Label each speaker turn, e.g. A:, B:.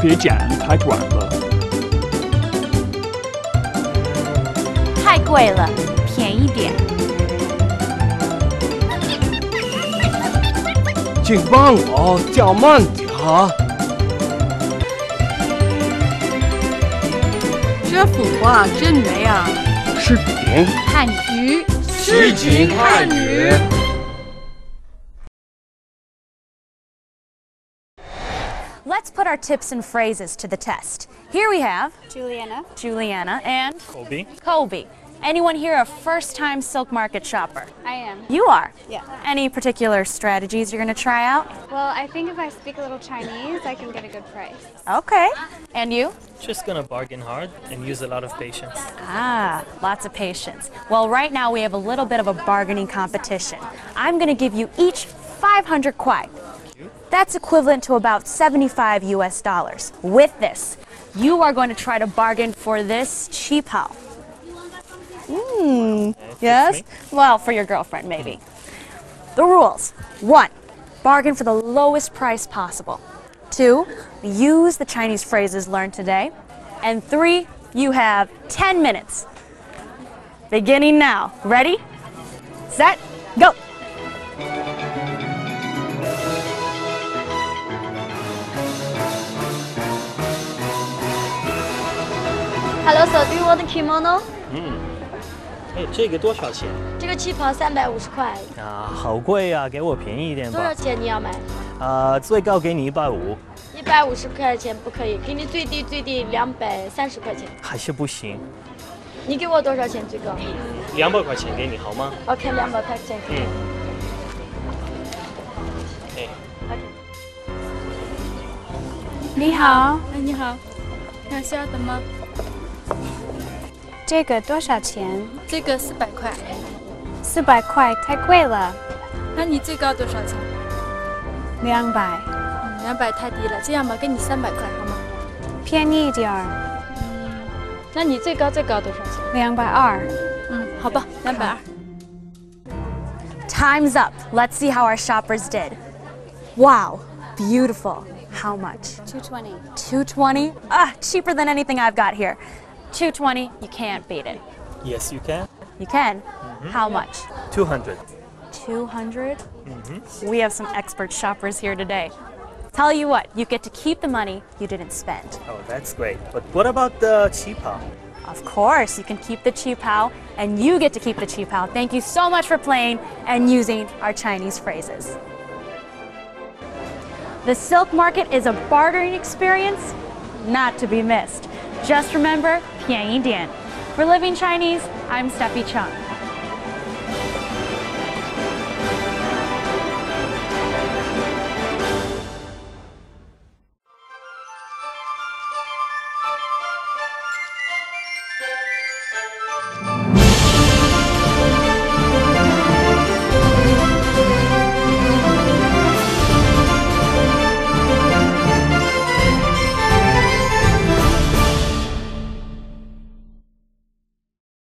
A: 别讲，太短了。
B: 太贵了，便宜点。
C: 请帮我叫慢点啊！
D: 这幅画真美啊！
C: 是景，
B: 看鱼，
D: 诗情汉语。
B: Let's put our tips and phrases to the test. Here we have
E: Juliana.
B: Juliana and
A: Colby.
B: Kobe. Anyone here a first time silk market shopper?
E: I am.
B: You are.
E: Yeah.
B: Any particular strategies you're going to try out?
E: Well, I think if I speak a little Chinese, I can get a good price.
B: Okay. And you?
F: Just gonna bargain hard and use a lot of patience.
B: Ah, lots of patience. Well, right now we have a little bit of a bargaining competition. I'm going to give you each 500 kwai. That's equivalent to about 75 US dollars. With this, you are going to try to bargain for this qipao. Yes? Well, for your girlfriend, maybe. The rules one, bargain for the lowest price possible. Two, use the Chinese phrases learned today. And three, you have 10 minutes. Beginning now. Ready? Set? Go!
F: 哎，这个多少钱？
G: 这个气泡三百五十块，
F: 啊，好贵啊，给我便宜一点
G: 多少
F: 吧。
G: 钱你要买？
F: 啊，最高给你一百五，
G: 一百五十块钱不可以，给你最低最低两百三十块钱。
F: 还是不行。
G: 你给我多少钱最高
F: 两百块钱给你好吗？
G: ？OK，两百块钱。
F: 嗯。哎，
E: 你好，
D: 哎，你好，要虾的吗？
E: 这个多少钱？
D: 这个四百块，
E: 四百块，太贵了。
D: 那你最高多少钱？
E: 两百，
D: 嗯，两百太低了，这样吧，给你三百块好吗？
E: 便宜一点儿，
G: 那你最高最高多少钱？
E: 两百二。
D: 嗯，好吧，两百二。
B: Time's up. Let's see how our shoppers did. Wow, beautiful. How much?
E: Two twenty。
B: 220? Ah, cheaper than anything I've got here. 220, you can't beat it.
F: Yes, you can.
B: You can. How much?
F: Two hundred.
B: 200? We have some expert shoppers here today. Tell you what, you get to keep the money you didn't spend.
F: Oh, that's great. But what about the cheaper?
B: Of course, you can keep the Chi Pao, and you get to keep the Chi Pao. Thank you so much for playing and using our Chinese phrases. The silk market is a bartering experience not to be missed. Just remember, Pian Dian. For Living Chinese, I'm Steffi Chung.